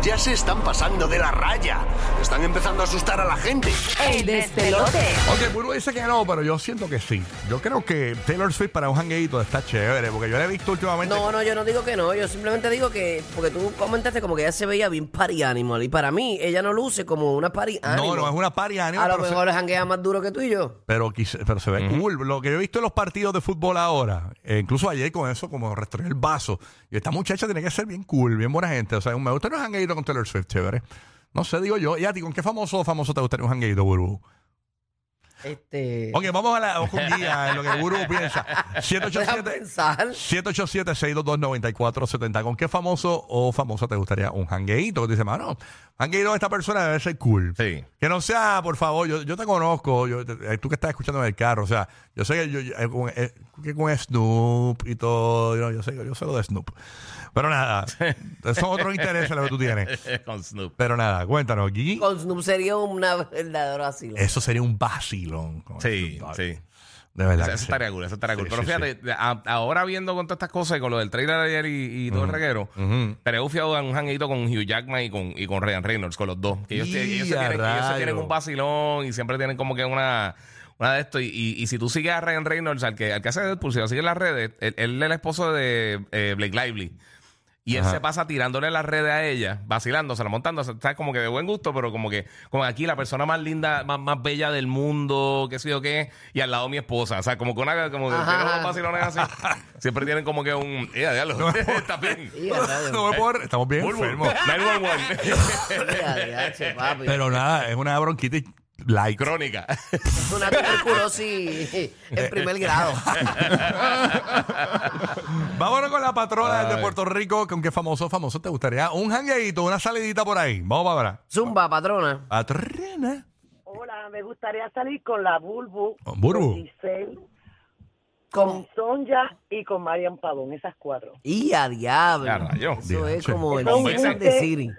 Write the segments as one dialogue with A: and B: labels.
A: Ya se están pasando de la raya. Están empezando a asustar a la gente.
B: El despelote.
C: Ok, Burbu dice que no, pero yo siento que sí. Yo creo que Taylor Swift para un hangueito está chévere, porque yo la he visto últimamente.
D: No, no, yo no digo que no. Yo simplemente digo que, porque tú comentaste como que ella se veía bien party animal. Y para mí, ella no luce como una party animal.
C: no, no, es una party animal,
D: A lo
C: pero se-
D: mejor es janguea más duro que tú y yo.
C: Pero, quise- pero se ve cool. Lo que yo he visto en los partidos de fútbol ahora, eh, incluso ayer con eso, como restringir el vaso. Y esta muchacha tiene que ser bien cool, bien buena gente. O sea, me gusta un hangueito con Taylor Swift, chévere. No sé, digo yo. ¿Y a ti con qué famoso o famoso te gustaría un hangueito, Burbu?
D: Este.
C: Ok, vamos a la vamos con guía en lo que Burbu piensa.
D: Deja
C: 787
D: pensar.
C: 787-622-9470. ¿Con qué famoso o famosa te gustaría un hangueito? Que te dice, mano, hangueito de esta persona debe ser cool.
E: Sí.
C: Que no sea, por favor, yo, yo te conozco, yo, te- eh, tú que estás escuchando en el carro, o sea, yo sé que, yo, yo- eh, con, eh, que con Snoop y todo, yo, yo sé, yo sé lo de Snoop. Pero nada, son otros intereses los que tú tienes.
E: Con Snoop.
C: Pero nada, cuéntanos, Gigi.
D: Con Snoop sería una verdadero asilo.
C: Eso sería un vacilón. con
E: Sí,
C: Snoop Dogg.
E: sí.
C: De verdad. que
E: Eso, eso
C: sí.
E: estaría cool, eso estaría
C: Sí,
E: cool. Pero
C: sí,
E: fíjate, a- ahora viendo con todas estas cosas y con lo del trailer de ayer y, y todo el reguero, estaría bufiado en un janguito con Hugh Jackman y con, y con Ryan Reynolds, con los dos. Que ellos,
C: ¡Y
E: tie- ellos se
C: a
E: tienen, ellos se tienen
C: rayos!
E: un vacilón y siempre tienen como que una, una de esto. Y, y- y si tú sigues a Ryan Reynolds, al que, al que hace Deadpool, si lo sigues en las redes, él, él es el esposo de eh, Blake Lively. Y él se pasa tirándole las redes a ella, vacilándosela, montándose. Está como que de buen gusto, pero como que, como aquí la persona más linda, más, más bella del mundo, qué sé yo qué, y al lado mi esposa. O sea, como que una, como que tienen unos vacilones así. Siempre tienen como que un. Eh, diablo, está bien.
D: Sí, a rayos.
C: No me puedo re- Estamos bien
E: Eh, Bulbul,
C: enfermos.
E: 911.
D: Sí, a diache, papi.
C: Pero nada, es una bronquitis light.
E: Crónica.
D: Es una tuberculosis en primer grado.
C: Vámonos con la patrona de Puerto Rico. ¿Con qué famoso, famoso te gustaría? Un hangueito, una salidita por ahí. Vamos para ahora.
D: Zumba, patrona.
C: Patrona.
F: Hola, me gustaría salir con la Bulbu,
C: Con Bulbu.
F: con Giselle,
D: Con...
F: Sonja y con Marian Pavón, esas cuatro.
D: Y a diablo.
E: Ya, rayos.
D: Eso es
C: Diache.
D: como el
F: Convence.
D: Sex and the City.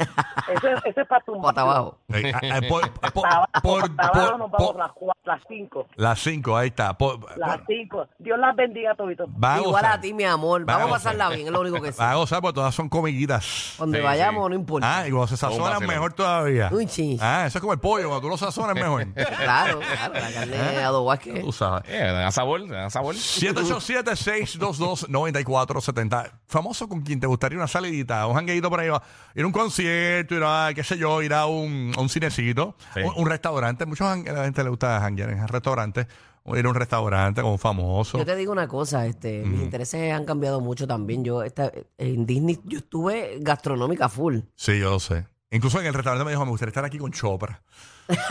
F: Eso, eso es para tumbar.
D: Pata Ah. abajo.
C: Eh, a- a- por- por-
F: Para abajo,
C: por-
F: para abajo nos vamos
C: por- por-
F: las cuatro, las cinco,
C: Las cinco, ahí está. Por-
F: las
C: por-
F: cinco. Dios las bendiga, Tobito.
C: va a
D: Igual
C: gozar.
D: a ti, mi amor.
C: Va a
D: Vamos a
C: gozar.
D: pasarla bien, es lo único que sé.
C: Va a gozar porque todas son comiditas.
D: Donde
E: Sí,
D: vayamos,
E: sí.
D: no importa.
C: Ah, y cuando se sazonan
E: vacilón.
C: mejor todavía.
D: Un chis.
C: Ah, eso es como el pollo, cuando tú lo sazonas mejor.
D: Claro, claro, la
E: Ah,
D: carne adobada es que
C: Tú sabes.
E: Eh, da sabor, da sabor.
C: 787-622-9470. Famoso con quien te gustaría una salidita, un jangueito por ahí, va. ir a un concierto, ir a, qué sé yo, ir a un, a un cinecito,
E: Sí.
C: un, un restaurante. Muchos jan- a la gente le gusta janguear en restaurantes, o ir a un restaurante con un famoso.
D: Yo te digo una cosa, este, mis intereses han cambiado mucho también. Yo esta, en Disney yo estuve gastronómica full.
C: Sí, yo lo sé. Incluso en el restaurante me dijo, me gustaría estar aquí con Chopra.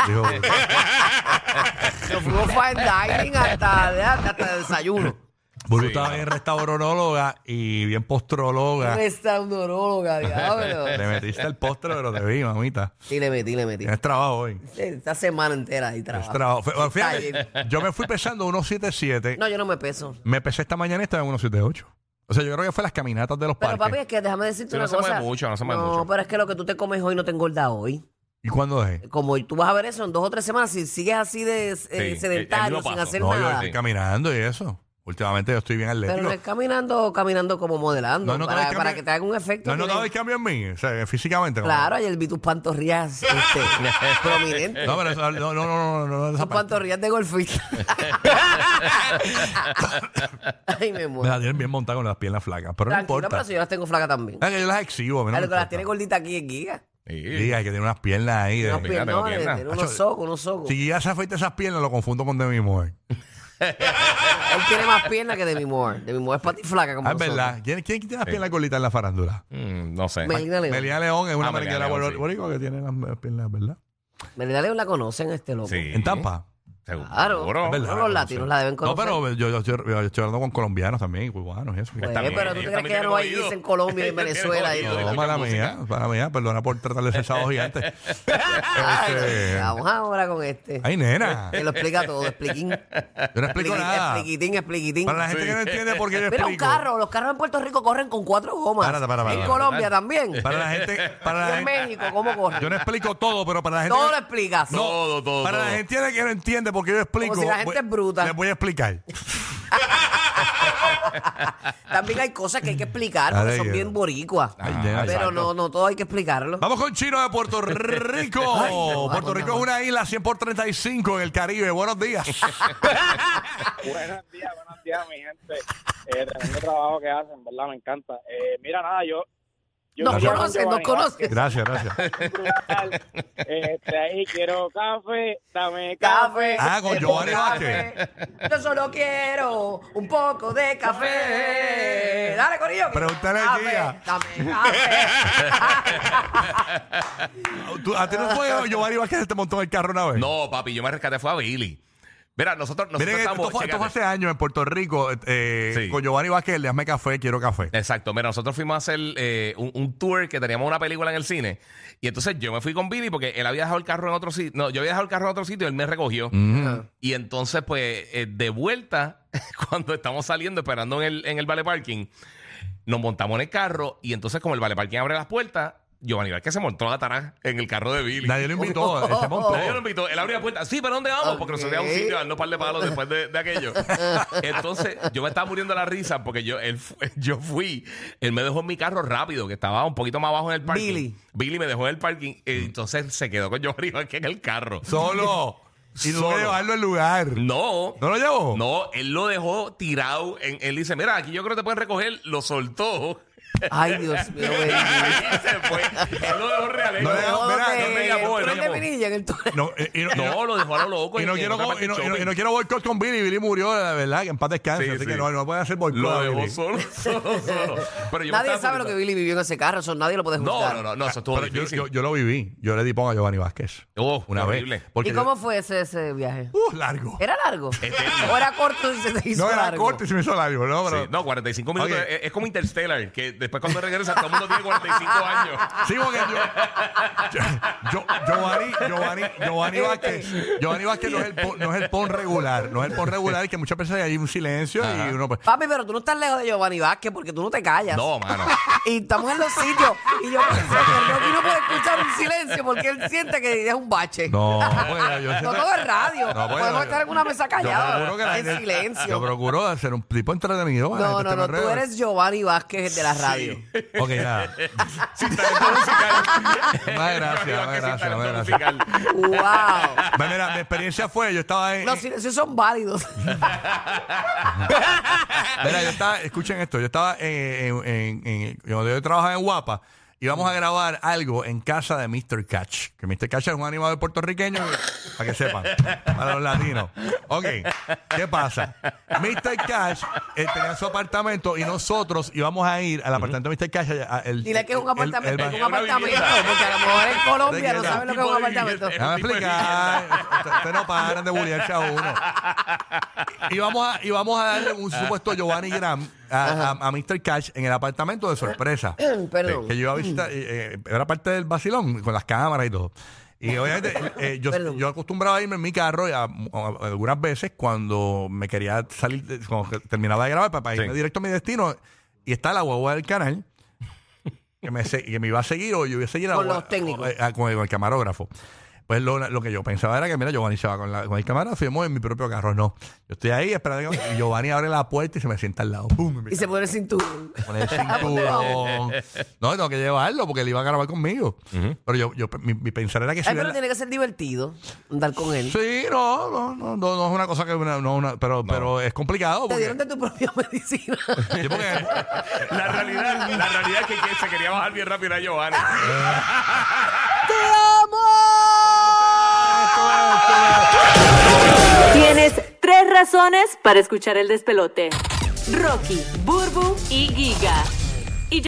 C: Digo,
D: Yo fui fine dining hasta, de- hasta desayuno.
C: Burbu estaba bien restauronóloga y bien
E: Ah.
C: postróloga.
D: Restaurantóloga, diablo.
C: Le metiste el postre, pero te vi, mamita.
D: Sí, le metí, le metí.
C: Tienes trabajo hoy.
D: Esta semana entera ahí
C: Tienes
D: trabajo.
C: trabajo. Fue- Fíjate,
D: Ayer.
C: yo me fui pesando unos 77.
D: No, yo no me peso.
C: Me pesé esta mañana y estaba en unos 78. O sea, yo creo que fue las caminatas de los
D: Pero
C: parques.
D: papi, es que déjame decirte
E: Sí, no
D: una
E: se
D: cosa.
E: mueve mucho, no se mueve mucho.
D: pero es que lo que tú te comes hoy no te engorda hoy.
C: ¿Y cuándo dejé?
D: Como tú vas a ver eso en dos o tres semanas, si sigues así de eh,
E: Sí, el
D: sedentario,
E: mismo
D: sin
E: paso.
D: hacer
C: No, yo
D: nada.
C: estoy caminando y eso. Últimamente yo estoy bien
D: Pero
C: atlético.
D: no es caminando, caminando como modelando.
C: No, no,
D: para,
C: todavía
D: para
C: cambi-
D: que te haga un efecto.
C: ¿No has
D: tiene-
C: notado el cambio en mí? O sea, físicamente. como-
D: Claro, ayer vi tus pantorrillas este, prominentes.
C: No, pero eso- no, no, no, no, no, no, esa
D: tus
C: parte.
D: pantorrillas de golfista. Ay, me
C: Me la
D: muero.
C: tienen bien montada con las piernas flacas, pero no
D: Tranquilo,
C: importa.
D: pero si yo las tengo flacas también.
C: Ah, que yo las exhibo, a mí no
D: A
C: me
D: lo que las
C: importa.
D: tiene gordita aquí es Giga.
E: Sí.
C: Sí, hay que tiene unas piernas ahí. de-
D: Unos
E: Venga, tengo
D: piernones,
E: piernas.
D: tiene unos
C: Acho,
D: socos, unos socos.
C: Si ya se afeita esas piernas, lo confundo con Demi Moore. Ah,
D: Él tiene más piernas que Demi Moore. Demi Moore es pati flaca como
C: Ah, es
D: nosotros.
C: verdad. ¿Quién, quién tiene las piernas colitas en la farándula?
E: Mm, no sé.
D: Melina León.
C: Melina León es una
E: Ah, Melina
C: mariquera
E: León,
C: bor-
E: sí.
C: boricua que tiene las piernas, ¿verdad?
D: Melina León la conocen, este loco.
E: Sí.
C: En Tampa.
E: Seguro.
D: Claro.
C: Es verdad,
D: Los
C: la conocen.
D: latinos la deben conocer.
C: No, pero yo, yo estoy, yo estoy hablando con colombianos también, cubanos y eso.
D: Pues,
E: también,
D: pero tú
E: ellos
D: crees que
E: también
D: ya no hay
E: tienen oído.
D: dice en Colombia y en
E: Ellos tienen
D: Venezuela. y
E: oído.
D: todo.
C: No,
E: escuchan
C: mala
E: música.
C: mía, mala mía, perdona por tratarle ese sábado gigante.
D: Ay,
C: Este,
D: Vamos ahora con este.
C: ay, nena,
D: Que lo explica todo, expliquín.
C: yo no explico
D: Expliqui-
C: nada.
D: Expliquitín, expliquitín.
C: Para la gente que no entiende por qué yo
D: Mira,
C: explico.
D: un carro, los carros en Puerto Rico corren con cuatro gomas.
C: Párate, para, para,
D: en
C: para.
D: Colombia también.
C: Para la gente, para la
D: Y en
C: gente-
D: México, ¿cómo corren?
C: Yo no explico todo, pero para la gente.
D: Todo
C: que-
D: lo explicas.
C: No,
E: Todo, todo,
C: Para la
E: todo.
C: gente que no entiende por qué yo explico.
D: Como si la gente
C: voy-
D: es bruta.
C: Les voy a explicar.
D: También hay cosas que hay que explicar porque
C: Dale,
D: son
C: que-
D: bien boricuas.
C: Ay, ya,
D: Pero
C: exacto.
D: no, no todo hay que explicarlo.
C: Vamos con Chino de Puerto Rico.
D: Ay, no, vamos,
C: Puerto Rico es
D: vamos.
C: una isla 100 por 35 en el Caribe. Buenos días.
B: Buenos días, buenos días, mi gente. Eh, tremendo trabajo que hacen, ¿verdad? Me encanta. Eh, mira, nada, yo... yo
D: Nos
B: soy Juan
D: conoces, nos
B: Giovanni
D: conoces.
C: Gracias, gracias.
B: Vázquez, brutal. Este, ahí quiero café, dame
D: Café.
B: café.
C: Ah, con Giovanni
D: café. Yo solo quiero un poco de café. Dale, Corillo.
C: Pregúntale a
D: Café,
C: Gia.
D: Café, café.
C: ¿Tú- ¿A ti no fue Giovanni Vázquez este montón del carro una vez?
E: No, papi, yo me rescaté, fue a Billy. Mira, nosotros, nosotros
C: Miren, esto
E: estamos.
C: fue, esto fue
E: chécate.
C: hace años en Puerto Rico eh,
E: Sí.
C: con Giovanni Vázquez, el de Hazme Café, Quiero Café.
E: Exacto, mira, nosotros fuimos a hacer eh, un, un tour que teníamos una película en el cine y entonces yo me fui con Billy porque él había dejado el carro en otro sitio, no, yo había dejado el carro en otro sitio y él me recogió Ah. y entonces pues eh, de vuelta cuando estamos saliendo esperando en el, en el vale parking nos montamos en el carro y entonces como el vale parking abre las puertas, Giovanni que se montó la tará en el carro de Billy.
C: Nadie lo invitó, él se montó.
E: Nadie lo invitó. Él abrió la puerta. Sí, ¿pero dónde vamos? Porque nosotros íbamos a un sitio a darnos un par de palos después de, de aquello. Entonces, yo me estaba muriendo de la risa porque yo, él, fu- yo fui. Él me dejó en mi carro rápido, que estaba un poquito más abajo en el parking.
D: Billy.
E: Billy me dejó en el parking.
C: Mm.
E: eh, Entonces, se quedó con yo arriba aquí en el carro.
C: Solo. Y no
E: Solo.
C: llevarlo al lugar.
E: No.
C: ¿No lo llevó?
E: No, él lo dejó tirado. en- él dice, mira, aquí yo creo que te pueden recoger. Lo soltó.
D: Ay, Dios mío.
E: y
D: güey.
E: se fue. Él lo dejó real.
C: No le dejó-
D: Todo
C: Mira,
D: de-
E: no me llamó,
D: el
E: no
D: tren
E: me
D: de
E: llamó.
D: Minilla en el túnel.
C: No, eh, y no, y no-
E: No, lo dejó a lo loco.
C: y no quiero,
E: otra
C: co-
E: parte
C: y no-
E: del
C: y no- y no
E: shopping.
C: quiero boicot con Billy. Billy murió, la verdad, que en paz descanse.
E: Sí,
C: así que
E: sí.
C: no, no pueden hacer boicot.
E: Lo
C: a
E: dejó
C: Billy.
E: solo, solo, solo. Pero yo me
D: Nadie
E: estaba
D: sabe lo que
E: preguntando-
D: Billy vivió en ese carro, eso nadie lo puede
E: No,
D: juzgar.
E: no, no, no, eso estuvo
C: Pero yo,
E: difícil.
C: yo- yo lo viví. Yo le di pon a Giovanni Vázquez.
E: Oh,
C: una
E: horrible.
C: vez. Porque
D: ¿Y cómo fue ese, ese viaje?
C: yo- uh, largo.
D: ¿Era largo?
E: Eterno.
D: ¿O era corto y se te hizo
C: No, era
D: largo?
C: corto y se me hizo largo, ¿no?
E: Sí,
C: Pero-
E: no, 45 minutos
C: Ok.
E: es, es como Interstellar, que después cuando regresa todo el mundo tiene 45 años.
C: Sí, porque yo, yo, yo- Giovanni, Giovanni, Giovanni Vázquez, Giovanni Vázquez no es, el pon, no es el pon regular, no es el pon regular, que muchas veces hay un silencio y uno pues,
D: Papi, pero tú no estás lejos de Giovanni Vázquez porque tú no te callas.
E: No, mano.
D: Y estamos en los sitios. Y yo pensé que Rocky no puede escuchar un silencio porque él siente que es un bache.
C: No, pues, yo
D: No todo es radio.
C: No, pues,
D: Podemos
C: yo-
D: estar en una mesa
C: yo
D: callada.
C: procuro que la
D: en
C: gente- Yo
D: silencio.
C: procuro hacer un tipo entretenido. Este la
D: No,
C: gente
D: no,
C: esté
D: no.
C: en las
D: Tú
C: redes.
D: eres Giovanni Vázquez de la radio.
C: Ok, nada.
E: Sin talento musical.
C: Más gracias,
E: Yo digo
C: más
E: que sin
C: gracias,
E: talento
C: más gracias.
E: musical.
D: ¡Wow!
C: Pues, Mira, mi experiencia fue, yo estaba en,
D: Los silencios son válidos.
C: Mira, yo estaba, escuchen esto, yo estaba en, en, en, en- cuando yo trabajaba en Guapa, íbamos a grabar algo en casa de Mr. Catch, que Mr. Catch es un animador puertorriqueño, que- para que sepan, para los latinos. Ok, ¿qué pasa? Mr. Catch eh, tenía su apartamento y nosotros íbamos a ir al apartamento de Mr. Catch. a- a- el-
D: Dile que es un
C: el- el
D: apartamento,
C: ba-
D: es un
E: una
D: apartamento.
E: vivienda.
D: Porque a lo mejor en Colombia no
C: Tranquila.
D: saben lo que es un
E: Tipo de vivienda.
D: apartamento.
E: Es
C: Déjame
E: tipo de
C: explicar. Ustedes ustedes no paran de bullearse a uno. Y vamos a, y vamos a darle un supuesto Giovanni Graham a, a- a Mr. Cash en el apartamento de sorpresa.
E: Eh,
D: Perdón. Mm.
C: Que yo iba a visitar, eh, eh, era parte del vacilón, con las cámaras y todo. Y obviamente eh, yo,
D: Perdón.
C: yo acostumbraba a irme en mi carro y a- a- algunas veces cuando me quería salir, de- cuando que terminaba de grabar para, para
E: Sí.
C: irme directo a mi destino y está la guagua del canal que me, se- que me iba a seguir o yo iba a seguir a
D: Con
C: la-
D: los técnicos.
C: o, eh, ah, con, el, con el camarógrafo. Pues lo, lo que yo pensaba era que, mira, Giovanni se va con, la- con el camarógrafo y yo me voy en mi propio carro. No, yo estoy ahí esperando que y Giovanni abre la puerta y se me sienta al lado. ¡Pum!
D: Y se pone sin cinturón.
C: Con el cinturón. No, tengo que llevarlo porque él iba a grabar conmigo. Pero yo, yo mi, mi pensar era que si
D: Ay,
C: ve
D: pero
C: la-
D: tiene que ser divertido andar con él.
C: Sí, no, no, no, no, no es una cosa que una- no, una- pero, pero es complicado
D: Te
C: porque,
D: dieron de tu propia medicina.
C: Sí, porque-
E: La realidad, la realidad es que, que se quería bajar bien rápido a Giovanni.
G: Tienes tres razones para escuchar el despelote. Rocky, Burbu y Giga.